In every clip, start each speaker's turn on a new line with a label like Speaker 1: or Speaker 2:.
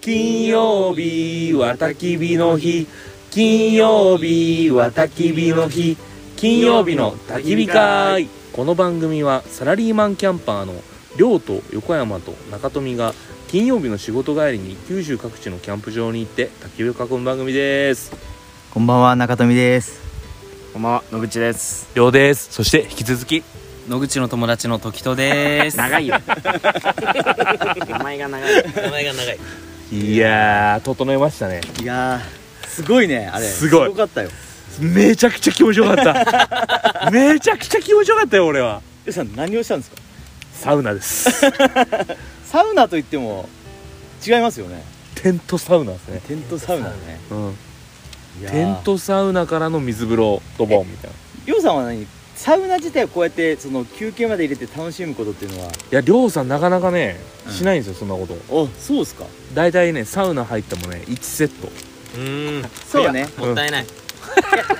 Speaker 1: 金曜日は焚き火の日金曜日は焚き火の日金曜日の焚き火会この番組はサラリーマンキャンパーの亮と横山と中富が金曜日の仕事帰りに九州各地のキャンプ場に行って焚き火を囲む番組です
Speaker 2: こんばんは中富です
Speaker 3: こんばんは野口です
Speaker 1: 亮ですそして引き続き
Speaker 4: 野口の友達の時と です
Speaker 3: 長いよ名前が長い
Speaker 4: 名前が長い
Speaker 1: いやー整えましたね
Speaker 2: いやすごいねあれ
Speaker 1: すごい
Speaker 2: すごかったよ
Speaker 1: めちゃくちゃ気持ちよかった めちゃくちゃ気持ちよかったよ俺は
Speaker 2: えさん何をしたんですか
Speaker 1: サウナです
Speaker 2: サウナといっても違いますよね
Speaker 1: テントサウナですね、
Speaker 2: テントサウナね
Speaker 1: うん、
Speaker 2: いやー
Speaker 1: テントサウナからの水風呂ドボンみたいない
Speaker 2: りょうさんは何サウナ自体をこうやってその休憩まで入れて楽しむことっていうのは
Speaker 1: や亮さんなかなかね
Speaker 2: うん
Speaker 1: しないんですよ、そんなこと
Speaker 2: あそうですか
Speaker 1: 大体ねサウナ入ってもね1セット
Speaker 4: うん
Speaker 2: そうね
Speaker 4: もったいない
Speaker 2: って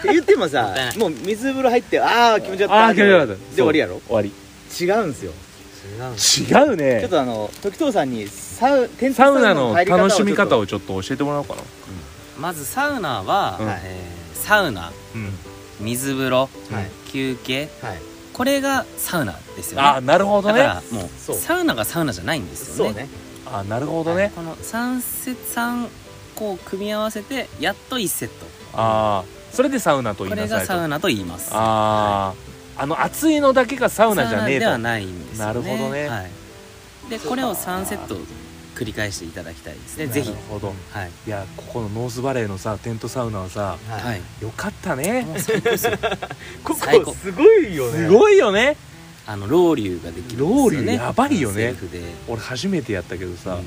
Speaker 2: 言ってもさ
Speaker 4: ね
Speaker 2: もう水風呂入ってああ気持ちよかった
Speaker 1: ああー気持ちよかった
Speaker 2: で
Speaker 1: そう
Speaker 2: 終わりやろ
Speaker 1: 終わり
Speaker 2: 違うんですよ
Speaker 1: 違う
Speaker 2: ちょ
Speaker 1: ね
Speaker 2: っとあの時藤さんにサウテント
Speaker 1: サウナの
Speaker 2: 入り方を
Speaker 1: 楽しみ
Speaker 2: ちょっと
Speaker 1: 方をちょっと教えてもらおうかな
Speaker 4: まずサウナは、
Speaker 1: うん
Speaker 4: えーサウナ
Speaker 1: うん
Speaker 4: 水風呂、
Speaker 2: はい
Speaker 4: 休憩
Speaker 2: はい
Speaker 4: これがサウナですよね
Speaker 1: ああなるほど
Speaker 4: だか
Speaker 1: ね
Speaker 4: ら
Speaker 1: あ
Speaker 4: もう
Speaker 2: そう
Speaker 4: サウナがサウナじゃないんですよね
Speaker 2: そうね
Speaker 1: あなるほどね
Speaker 4: この三セ三こう組み合わせてやっと一セット
Speaker 1: ああそれでサウナと
Speaker 4: こ
Speaker 1: 言いな
Speaker 4: れ
Speaker 1: さ
Speaker 4: が
Speaker 1: い
Speaker 4: サ
Speaker 1: と
Speaker 4: ウナと言います
Speaker 1: あああの暑いのだけがサウナじゃねえ
Speaker 4: サ
Speaker 1: と
Speaker 4: ウナではないんですよ
Speaker 1: な
Speaker 4: ね
Speaker 1: るほどね
Speaker 4: はい、でこれを3セット繰り返していただきたいですねぜひ
Speaker 1: なるほど
Speaker 4: はい、
Speaker 1: いやここのノースバレーのさテントサウナはさ
Speaker 2: は
Speaker 4: はいい、
Speaker 1: よかったね
Speaker 4: もう最高ですよ
Speaker 2: こ
Speaker 4: 最高
Speaker 2: こすごいよね
Speaker 1: すごいよね
Speaker 4: あのロウリュができるんですよ、ね、
Speaker 1: ロウリュやばいよね
Speaker 4: セルフで
Speaker 1: 俺初めてやったけどさ、
Speaker 4: うん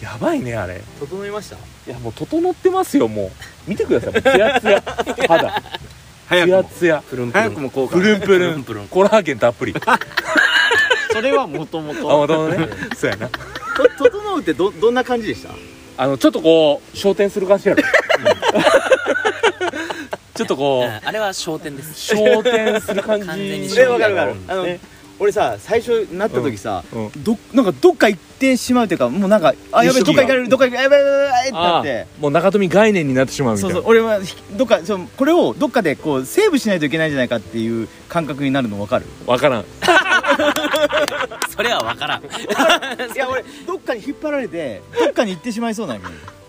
Speaker 1: やばいねあれ
Speaker 2: 整いました
Speaker 1: いやもう整ってますよもう見てくださいもうツヤツヤ肌ツヤツヤ
Speaker 4: プルンプル
Speaker 3: 早
Speaker 4: ン
Speaker 3: くも効果
Speaker 1: プルンプル
Speaker 4: プル
Speaker 1: ン
Speaker 4: ンプルン
Speaker 1: コラーゲンたっぷ りあ
Speaker 3: それはもとも
Speaker 1: またまたねそうやな
Speaker 2: と整うってどどんな感じでした
Speaker 1: あのちょっとこう焦点する感じやろ ちょっとこう
Speaker 4: うんあれは焦点です
Speaker 1: 焦点する感じ
Speaker 4: 完全に焦
Speaker 2: え
Speaker 4: 点
Speaker 2: わかるわか
Speaker 4: う
Speaker 2: る
Speaker 4: ん
Speaker 2: あの、
Speaker 1: ね
Speaker 2: 俺さ最初なった時さ、
Speaker 1: うんうん
Speaker 2: どなんかどっか行ってしまうというかもうなんかあやべえ
Speaker 1: 意
Speaker 2: ど
Speaker 1: 識が
Speaker 2: っか行かれるどっか行かれるやべえやべえやべえってな
Speaker 1: あ
Speaker 2: って
Speaker 1: あもう中富概念になってしまうみた
Speaker 2: そ
Speaker 1: いうな
Speaker 2: そう俺はひどっかそうこれをどっかでこうセーブしないといけないんじゃないかっていう感覚になるの分かる
Speaker 1: わからん
Speaker 4: それは分 からん
Speaker 2: いや俺どっかに引っ張られてどっかに行ってしまいそうなんよ、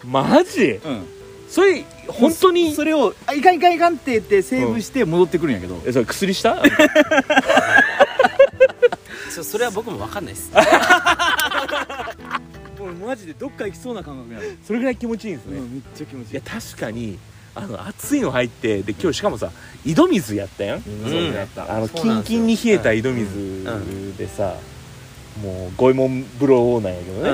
Speaker 1: マジ
Speaker 2: うん、
Speaker 1: それ本当に
Speaker 2: そそれをあいかんいかんいかんって言ってセーブして戻ってくるんやけど、
Speaker 1: えそれ薬した
Speaker 4: そそれは僕も分かんないです
Speaker 2: 俺マジでどっか行きそうな感覚になる、
Speaker 1: それぐらい気持ちいいんです
Speaker 2: う
Speaker 1: ね、
Speaker 2: ん、めっちゃ気持
Speaker 1: い
Speaker 2: ちいい
Speaker 1: や確かにあの暑いの入ってで今日しかもさ井戸水やったやん、
Speaker 4: ん
Speaker 3: やった
Speaker 1: あの
Speaker 4: そう
Speaker 1: キ
Speaker 4: な
Speaker 1: ン
Speaker 4: んです
Speaker 1: キ
Speaker 4: よ
Speaker 1: ンに冷えた井戸
Speaker 4: うんう
Speaker 1: 水でさ、もう五右衛門風呂なんやけどね、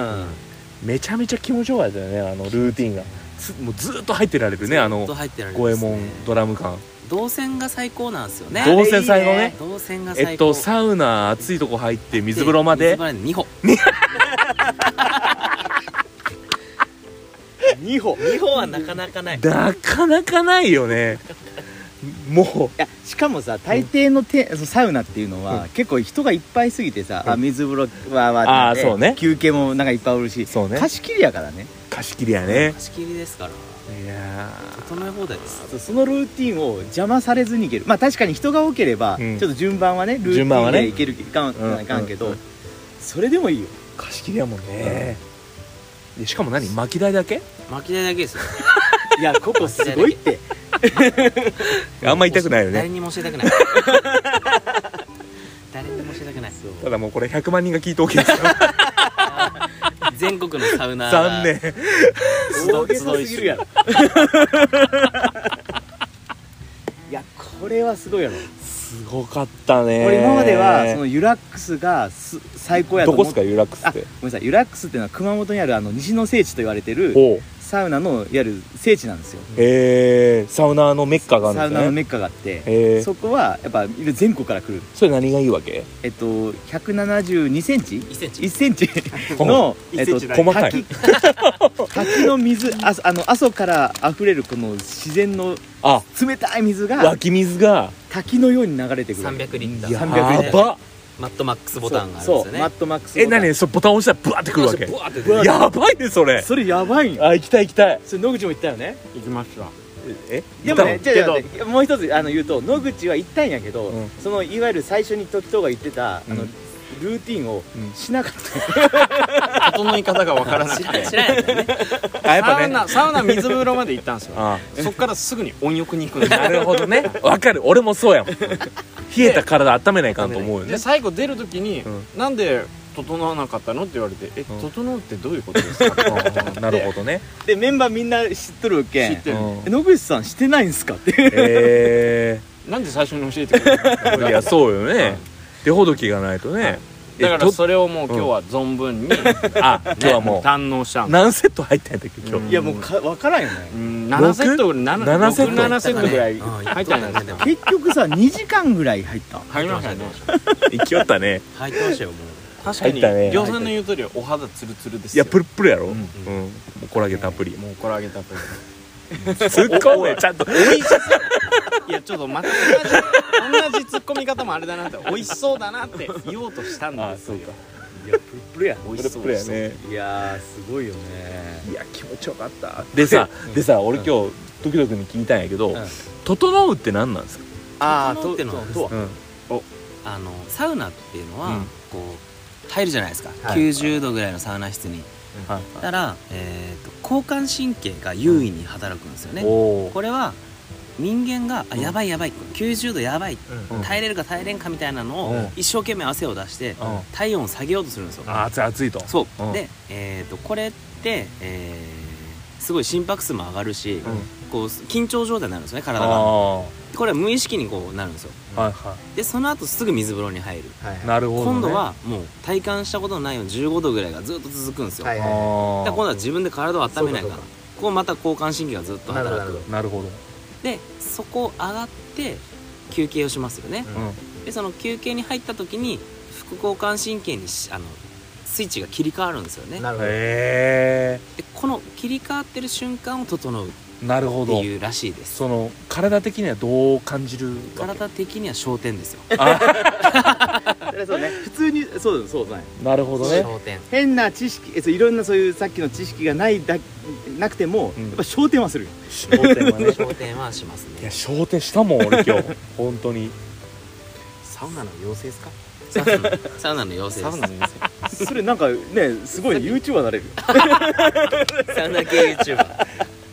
Speaker 1: めちゃめちゃ気持ちよかったよねあのルーティンがつもうずっと入ってられるねあ
Speaker 4: ほん
Speaker 1: の
Speaker 4: と入ってられるん
Speaker 1: 五
Speaker 4: で
Speaker 1: 右衛
Speaker 4: すね
Speaker 1: 門ドラム感
Speaker 4: 動線が最高なんですよね
Speaker 1: 動線最後
Speaker 2: いい
Speaker 1: ね
Speaker 2: ね
Speaker 4: 動線が最高
Speaker 1: えっとサウナ暑いとこ入って水風呂ま
Speaker 4: 水
Speaker 1: で
Speaker 4: 風呂まで2歩
Speaker 2: 2歩
Speaker 4: 2歩はなかなかない
Speaker 1: なかなかないよねも
Speaker 2: いやしかもさ大抵のて、そのサウナっていうのは、結構人がいっぱいすぎてさ、あ水風呂はわーって
Speaker 1: あーそうね
Speaker 2: 休憩もなんかいっぱいおるし、
Speaker 1: そうね
Speaker 2: 貸し切りやからね
Speaker 1: う貸し切りやね
Speaker 4: 貸し切りですから
Speaker 1: いや
Speaker 4: 整え放題です
Speaker 2: そうそのルーティンを邪魔されずにいけるまあ確かに人が多ければ、
Speaker 1: うん
Speaker 2: ちょっと順番はねルーテ
Speaker 1: 順番
Speaker 2: ィ
Speaker 1: は
Speaker 2: ン
Speaker 1: ね
Speaker 2: でいけるかん,、
Speaker 1: うん
Speaker 2: かんけど、
Speaker 1: うん
Speaker 2: それでもいいよ
Speaker 1: ー貸し切りやもんね、でしかも何巻き台だけ
Speaker 4: 巻き台だけですよ
Speaker 2: いやここすごいって
Speaker 1: あんま痛くないよ
Speaker 4: 誰
Speaker 1: ね
Speaker 4: にも教えたくない 誰にも教えたくない
Speaker 1: ただもうこれ100万人が聞いておき ですよ
Speaker 4: 全国のサウナ
Speaker 1: 残
Speaker 4: ーが
Speaker 1: 念
Speaker 2: 大げさすぎ るやろいやこれはすごいやろ
Speaker 1: すごかったね
Speaker 2: 俺今まではそのユラックスがす最高やと
Speaker 1: どこっす
Speaker 2: 思っ
Speaker 1: か
Speaker 2: て
Speaker 1: ユラックス
Speaker 2: あ
Speaker 1: っ
Speaker 2: ごめ
Speaker 1: て
Speaker 2: んなさいユラックスっていうのは熊本にあるあの西の聖地と言われてる
Speaker 1: おう
Speaker 2: サウナのいわゆる聖地なんですよ
Speaker 1: えー、サウナーのメッカがあ
Speaker 2: サ
Speaker 1: るん
Speaker 2: ウ
Speaker 1: です
Speaker 2: ナの
Speaker 1: ね
Speaker 2: メッカがあって
Speaker 1: えー、
Speaker 2: そこはやっぱ全国から来る
Speaker 1: それ何がいいわけ
Speaker 2: えっと172センチ
Speaker 4: 1センチ
Speaker 2: 1センチの、えっと、
Speaker 1: 細かい
Speaker 2: 滝 滝の水ああの阿蘇から溢れるこの自然の
Speaker 1: あ
Speaker 2: 冷たい水が
Speaker 1: 湧き水が
Speaker 2: 滝のように流れてくる
Speaker 4: 300リッター
Speaker 1: や
Speaker 2: 300
Speaker 1: ば
Speaker 4: マットマックスボタンがあるんです
Speaker 2: そう
Speaker 4: よ
Speaker 2: そう
Speaker 4: ね
Speaker 2: マットマックス
Speaker 1: え何それボタン押したらブワーってくるわ
Speaker 4: ブワーって出
Speaker 1: け
Speaker 4: て
Speaker 2: ワー
Speaker 1: やばいねそれ
Speaker 2: それやばいよ
Speaker 1: あ行きたい行きたい
Speaker 2: それ野口も言ったよね
Speaker 3: 行きました
Speaker 1: え
Speaker 2: でもね
Speaker 1: 行っ
Speaker 2: じ
Speaker 3: けど
Speaker 2: ゃあじゃあもう一つあの言うと野口は言ったんやけど、
Speaker 1: うん
Speaker 2: そのいわゆる最初に時藤が言ってたあの、
Speaker 1: うん
Speaker 2: ルーティンを
Speaker 1: うん
Speaker 2: しなかった、
Speaker 3: 整い方がわからなくて
Speaker 4: 知らないんだよね
Speaker 1: たあやっ
Speaker 3: サ
Speaker 1: ぱ
Speaker 3: ウ
Speaker 1: ね
Speaker 3: ナサウナ水風呂まで行ったんです よ
Speaker 1: あ
Speaker 3: そっからすぐに温浴に行くんで
Speaker 1: あなるほどねわかる俺もそうやもん冷えた体温めないかんと 思うよね
Speaker 3: で最後出る時に
Speaker 1: うん
Speaker 3: 「なんで整わなかったの?」って言われて「え
Speaker 1: ん
Speaker 3: 整うってどういうことです か?」
Speaker 1: うんなるほどね
Speaker 2: でメンバーみんな知っとるけん
Speaker 3: 知ってる
Speaker 1: うん
Speaker 2: え野口さんしてないんすかって
Speaker 1: え
Speaker 3: なんで最初に教えてくれた
Speaker 1: え
Speaker 3: の
Speaker 1: いやそうよね手ほどきがないと
Speaker 3: は
Speaker 1: ね
Speaker 3: いだから
Speaker 1: えと
Speaker 3: それをもう今日は存分に、
Speaker 1: あ今日はも
Speaker 3: 堪能した
Speaker 1: うん
Speaker 3: で
Speaker 1: 何セット入ったんやったっけ今
Speaker 3: う
Speaker 1: 日
Speaker 3: ん
Speaker 2: いやもうか分からんよね
Speaker 3: うん7セットぐらい7
Speaker 1: 7セット
Speaker 3: 7セットぐらい
Speaker 4: うん
Speaker 3: 入ったんじゃないですか
Speaker 2: 結局 さ2時間ぐらい入った
Speaker 3: 入りましたね
Speaker 1: 行きよったね
Speaker 4: 入ってましたよも
Speaker 3: 確か
Speaker 1: 入っ
Speaker 3: に
Speaker 1: たね
Speaker 3: 量産の言う通りお肌ツルツルです
Speaker 1: いや
Speaker 3: よ
Speaker 1: プルプルやろうんんもうコラゲたっぷり
Speaker 3: もうこれあげたと
Speaker 1: ツッコめちゃんと
Speaker 3: いやちょっとまた同じ同じツッコみ方もあれだなって美味しそうだなって言おうとしたんですよ
Speaker 2: いやプルプルや
Speaker 3: 美
Speaker 1: プ
Speaker 3: 味
Speaker 1: ル
Speaker 3: しそう
Speaker 1: プルやね
Speaker 2: いやーすごいよね
Speaker 1: いや気持ちよかったでさでさ俺今日ドキドキに聞いたんやけど
Speaker 2: うん
Speaker 1: 「整う」って何なんですか
Speaker 2: あ
Speaker 4: 整ってのは
Speaker 2: とと
Speaker 1: うん
Speaker 4: うあのサウナっていうのは、
Speaker 1: うん
Speaker 4: こう入るじゃないですか、
Speaker 2: はい
Speaker 4: 90度ぐらいのサウナ室に
Speaker 1: はい
Speaker 4: だから、えー、と交感神経が優位に働くんですよね、
Speaker 1: おお
Speaker 4: これは人間が「あやばいやばい90度やばい
Speaker 1: うん
Speaker 4: 耐えれるか耐えれんか」みたいなの
Speaker 1: うん
Speaker 4: を一生懸命汗を出して
Speaker 1: うん
Speaker 4: 体温を下げようとするんですよ
Speaker 1: あ熱い熱いと
Speaker 4: そううんで、えー、とこれって、えーすごい心拍数も上がるし、こう緊張状態になるんですよね
Speaker 1: あ
Speaker 4: 体が
Speaker 1: あは
Speaker 4: これは無意識にこうなるんですよ
Speaker 1: いは
Speaker 4: でその後すぐ水風呂に入る
Speaker 2: はい
Speaker 1: い
Speaker 2: は
Speaker 1: なるほどね
Speaker 4: 今度はもう体感したことのないような15度ぐらいがずっと続くんですよ、
Speaker 2: はい
Speaker 4: だ
Speaker 1: あ
Speaker 4: か
Speaker 1: ー
Speaker 4: ら今度は自分で体を温めないから
Speaker 2: そうかそうか
Speaker 4: こうまた交感神経がずっと
Speaker 2: なるほど
Speaker 4: 働
Speaker 2: なる
Speaker 4: く
Speaker 2: ほ
Speaker 1: なるほど
Speaker 4: でそこ上がって休憩をしますよね、でその休憩に入った時に副交感神経にしあのスイッチが切り替わるんですよね
Speaker 2: いなるほど
Speaker 1: へ
Speaker 4: でこの切り替わってる瞬間を整うっ
Speaker 1: えなるほ
Speaker 4: て
Speaker 1: ど
Speaker 4: いうらしいです
Speaker 1: その体的にはどう感じるわけ
Speaker 4: 体的には焦点ですよ
Speaker 2: それそうね 普通にそうだそうだね
Speaker 1: なるほどね
Speaker 4: 焦点
Speaker 2: 変な知識えそういろんなそういうさっきの知識がないだなくても、
Speaker 1: うん
Speaker 2: やっぱ焦点はするよ
Speaker 1: 焦点はね
Speaker 4: 焦点はします
Speaker 1: いや
Speaker 4: ね
Speaker 1: 焦点したもん俺 今日本当に
Speaker 3: サウナの妖精ですか
Speaker 4: サウナのサウナの妖
Speaker 3: サ
Speaker 4: 精
Speaker 3: ウ
Speaker 4: で
Speaker 3: ナの妖精
Speaker 2: それなんかね すごい YouTuber になれるよ
Speaker 4: すサウナ系 YouTuber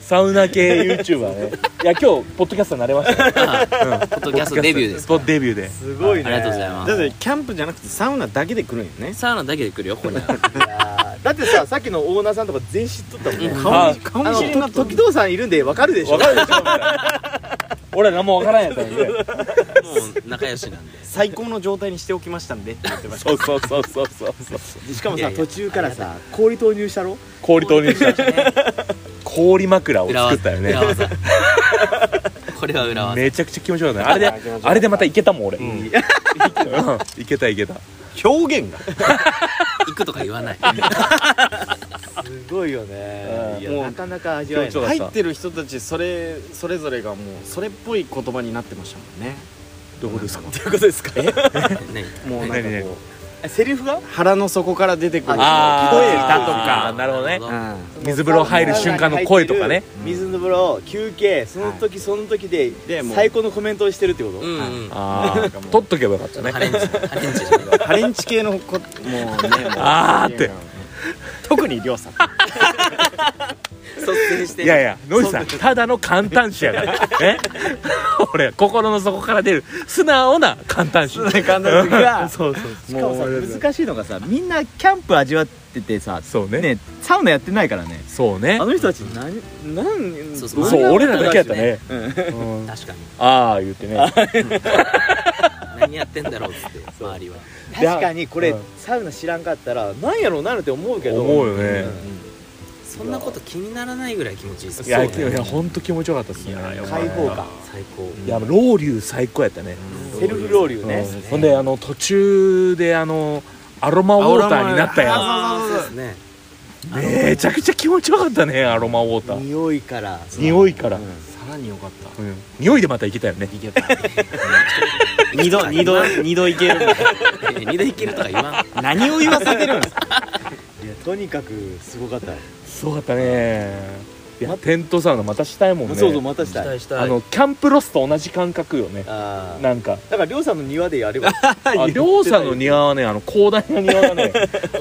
Speaker 1: サウナ系 YouTuber ねいや今日ポッドキャスターになれましたねうん
Speaker 4: ポッドキャストデビューです
Speaker 1: ポッドデビューです
Speaker 2: ごいね
Speaker 4: ありがとうございます
Speaker 3: だってキャンプじゃなくてサウナだけで来るんよ ね
Speaker 4: サウナだけで来るよここには
Speaker 2: いやーだってささっきのオーナーさんとか全員知っとったもんね
Speaker 4: うん
Speaker 1: あ
Speaker 3: 顔に顔
Speaker 2: あ
Speaker 3: 見知りにな
Speaker 2: の
Speaker 3: っ
Speaker 2: と
Speaker 3: と
Speaker 2: 時藤さんいるんでわかるでしょ
Speaker 1: わかるでしょみたいな俺ら何もわからんやったんで
Speaker 4: もう仲良しなんで
Speaker 3: 最高の状態にしておきましたんでって言ってました
Speaker 1: そうそうそうそうそうそう
Speaker 2: しかも
Speaker 4: い
Speaker 2: さ
Speaker 4: やいや
Speaker 2: 途中からさ氷投入したろ
Speaker 1: 氷投入した氷枕を
Speaker 4: 裏
Speaker 1: 作
Speaker 4: 技
Speaker 1: ったよね
Speaker 4: 裏技これは裏技
Speaker 1: めちゃくちゃ気持ちよかったねあれで
Speaker 3: 気持ちよかった
Speaker 1: あれでまたいけたもん俺、う、
Speaker 3: うんん
Speaker 1: いけたいけた
Speaker 3: 表現が
Speaker 4: 行くとか言わない
Speaker 2: すごいよね
Speaker 1: うん
Speaker 2: いや
Speaker 3: もう
Speaker 2: なかなか味わ
Speaker 1: 気
Speaker 2: え
Speaker 1: 持ちよ
Speaker 2: ない
Speaker 1: かった
Speaker 3: 入ってる人たちそれそれぞれがもうそれっぽい言葉になってましたもんね
Speaker 1: どこですか
Speaker 2: ということですか
Speaker 4: ね
Speaker 3: もうなんかこ
Speaker 2: えセリフが
Speaker 3: う腹の底から出てくる声
Speaker 1: あー
Speaker 4: あー
Speaker 1: あなるほどね
Speaker 4: な
Speaker 3: うん
Speaker 1: 水風呂入る瞬間の声とかね
Speaker 2: うん水風呂休憩その時その時で
Speaker 3: でもう
Speaker 2: 最高のコメントをしてるってこと
Speaker 4: うんうん
Speaker 1: ああ取っとけばよかったね
Speaker 4: ハレンチハレンチじゃない
Speaker 3: ハレンチ系のこもうねもう
Speaker 1: あーって
Speaker 3: 特にりょうさん
Speaker 4: 率先して
Speaker 1: いやいや野口さんただの簡単詞やからえ俺心の底から出る素直な簡単詞
Speaker 3: 感動 が
Speaker 1: そうそう
Speaker 2: しかもさ難しいのがさみんなキャンプ味わっててさ
Speaker 1: そうね
Speaker 2: ねサウナやってないからね
Speaker 1: そうね
Speaker 2: あの人たち何何
Speaker 4: そうそう
Speaker 2: ど
Speaker 1: そう
Speaker 2: い
Speaker 1: 俺らだけやったね、
Speaker 2: うん
Speaker 1: うん
Speaker 4: 確かに
Speaker 1: ああ言ってね
Speaker 4: 何やってんだろうっ つって周りは
Speaker 2: 確かにこれ
Speaker 1: うん
Speaker 2: サウナ知らんかったらなんやろうなるって思うけど
Speaker 1: 思うよね
Speaker 4: そんなこと気にならないぐらい気持ちいいです
Speaker 1: いや
Speaker 4: ね
Speaker 1: いや本当気持ちよかったですね
Speaker 2: うん開放感
Speaker 4: 最高
Speaker 1: いや老流最高やったね
Speaker 2: セルフロウリュね
Speaker 1: うんほんであの途中であのアロマウォーターになったや
Speaker 4: あーそうですね
Speaker 1: んめちゃくちゃ気持ちよかったねアロマウォーター
Speaker 2: 匂いから
Speaker 1: 匂いから
Speaker 2: うん
Speaker 1: 最
Speaker 3: さらに良かった
Speaker 1: うん匂いでまた行けたよね
Speaker 3: いけた二度二度二度いけるみたい
Speaker 4: 二度いけるとか言わん
Speaker 3: な何を言わせてるんですか
Speaker 2: いやとにかくすごかった、
Speaker 1: すごかったねいやテントサウナまたしたいもんね
Speaker 2: そうそうまたしたい
Speaker 4: した
Speaker 1: あのキャンプロスと同じ感覚よね
Speaker 2: あー
Speaker 1: なんか
Speaker 2: だから亮さんの庭でや れば
Speaker 1: ありょうさんの庭はねあの広大な庭がね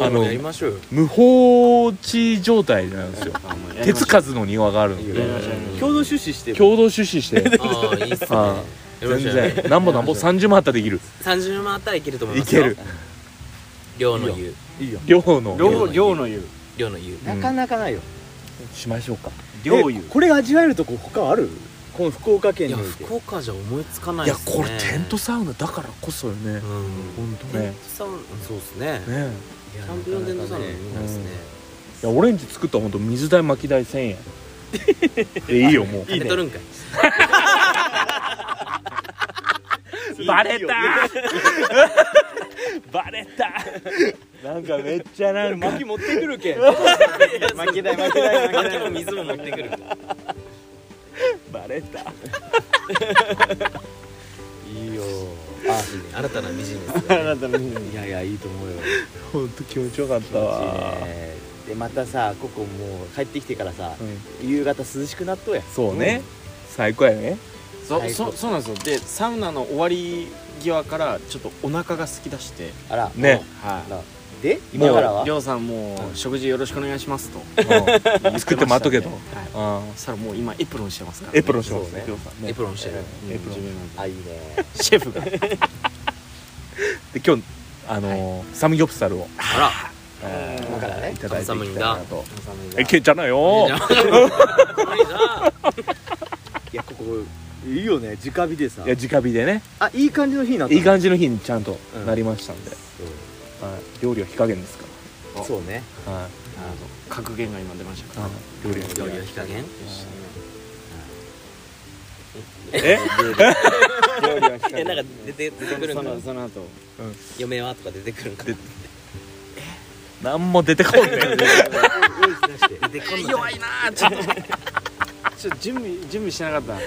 Speaker 1: あの
Speaker 4: やりましょうよ
Speaker 1: 無法地状態なんですよ手つかずの庭があるの
Speaker 2: やり
Speaker 1: で
Speaker 2: ましょう共同出資して
Speaker 1: 共同出資して
Speaker 4: ああいいっすね
Speaker 1: あ
Speaker 4: やりま
Speaker 1: 全
Speaker 4: しょうやりましょ
Speaker 1: 然なんぼなんぼ30万あったらできる
Speaker 4: う30万あったらいけると思い
Speaker 1: い
Speaker 4: ます
Speaker 1: け
Speaker 4: よ
Speaker 1: る
Speaker 4: 量の言う
Speaker 2: いいよ
Speaker 1: 両方の
Speaker 3: 量量の言う
Speaker 4: 量の言う
Speaker 2: なかなかないよ
Speaker 1: しましょうか
Speaker 3: 量言う
Speaker 2: えこれが味わえるとこ他あるこの福岡県
Speaker 4: い
Speaker 2: に
Speaker 4: や
Speaker 2: おいて
Speaker 4: 福岡じゃ思いつかない
Speaker 1: いや
Speaker 4: ですね
Speaker 1: これテントサウナだからこそよね
Speaker 4: うん
Speaker 1: 本当
Speaker 4: テ
Speaker 1: ね
Speaker 4: ントサウナそうですね
Speaker 1: ね
Speaker 4: キャンプ用テントサウナみたいですね
Speaker 1: いやオレンジ作ったら本当水代巻き代1000円 えいいよもう
Speaker 4: 食べとるんかい
Speaker 1: バレたバレたなんかめっちゃなんか
Speaker 2: 薪持ってくるけん
Speaker 3: 負けない負けない負けない
Speaker 4: も水も持ってくる
Speaker 1: バレた
Speaker 2: いいよ
Speaker 4: 新たなビジ ネス
Speaker 3: あなたの
Speaker 2: いやいやいいと思うよ
Speaker 1: 本当気持ちよかったわ
Speaker 2: ねでまたさここもう帰ってきてからさ
Speaker 1: うん
Speaker 2: 夕方涼しくなっとうや
Speaker 1: そうね最高やね
Speaker 3: そ
Speaker 2: 最高
Speaker 3: そそうなんですよでサウナの終わり際からちょっとお腹が空き出して
Speaker 2: あら
Speaker 1: ね
Speaker 3: はい
Speaker 2: あで今からは
Speaker 3: りょうさんもう食事よろしくお願いしますと
Speaker 1: うん作って待っとけと
Speaker 3: 言ってましたんではい
Speaker 1: あ
Speaker 3: そしたらもう今エプロンしてますから
Speaker 1: エプロンしよう
Speaker 2: そうね
Speaker 1: りょうさんね
Speaker 4: エプロンしてる
Speaker 3: うん
Speaker 1: エプロン
Speaker 3: 自分なんで
Speaker 2: あいいね
Speaker 3: シェフが
Speaker 1: で今日あのーサムギョプサルを
Speaker 4: あ
Speaker 1: えー
Speaker 2: 今からね
Speaker 1: いただいていきたいなとえ
Speaker 3: い
Speaker 1: けんちゃないよ
Speaker 4: らいいない
Speaker 2: やここいいよね直火でさ
Speaker 1: いや直火でね
Speaker 2: あいい感じの日になった
Speaker 1: いい感じの日にちゃんと
Speaker 2: うん
Speaker 1: なりましたんで、はい、料理は火加減ですか
Speaker 2: そうそうね
Speaker 1: ら、はい
Speaker 3: 格言が今出ましたから
Speaker 1: 料理は
Speaker 4: 料理の火加減
Speaker 1: え
Speaker 3: 料理は光
Speaker 4: えなんか出て出てくるんか
Speaker 3: そのその後
Speaker 4: 嫁はとか出てくるんか出
Speaker 1: 何も出てこんね
Speaker 4: てこんの弱いな
Speaker 3: ちょ準備準備してなかった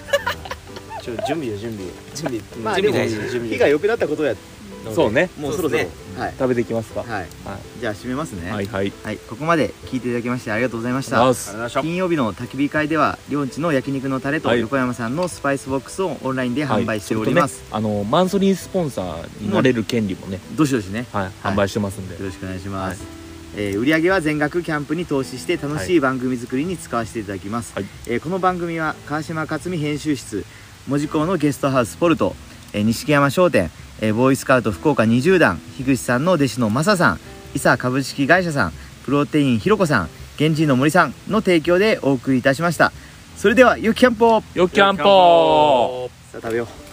Speaker 3: ちょ準備よ準備よ準備
Speaker 2: まあ
Speaker 4: 準備
Speaker 2: でも
Speaker 4: 大事
Speaker 2: 火が良くなったことや
Speaker 1: そうね
Speaker 2: もうそろそろ
Speaker 4: そうっ
Speaker 2: はい
Speaker 1: 食べていきますか
Speaker 2: はい
Speaker 1: は
Speaker 2: じゃあ締めますね
Speaker 1: いはいはい
Speaker 2: はい、ここまで聞いていただきましてありがとうございまし
Speaker 1: あ
Speaker 2: た
Speaker 1: す
Speaker 2: 金曜日の焚き火会ではりょんちの焼肉のタレと
Speaker 1: はい
Speaker 2: 横山さんのスパイスボックスをオンラインで販売しております、、
Speaker 1: はいそれとね、あのマンスリースポンサーになれる権利もね、
Speaker 2: どしどしね
Speaker 1: はい販売してますんで、
Speaker 2: よろしくお願いします、えー売上は全額キャンプに投資して楽しい番組作りに使わせていただきます、
Speaker 1: はい
Speaker 2: えーこの番組は川島克美編集室門司港のゲストハウスポルト、えー、錦山商店、えーボーイスカウト福岡20段樋口さんの弟子のマサさん伊佐株式会社さんプロテインひろこさん源氏の森さんの提供でお送りいたしましたそれではよきキャンプを
Speaker 1: よっキャンポー
Speaker 2: さあ食べよう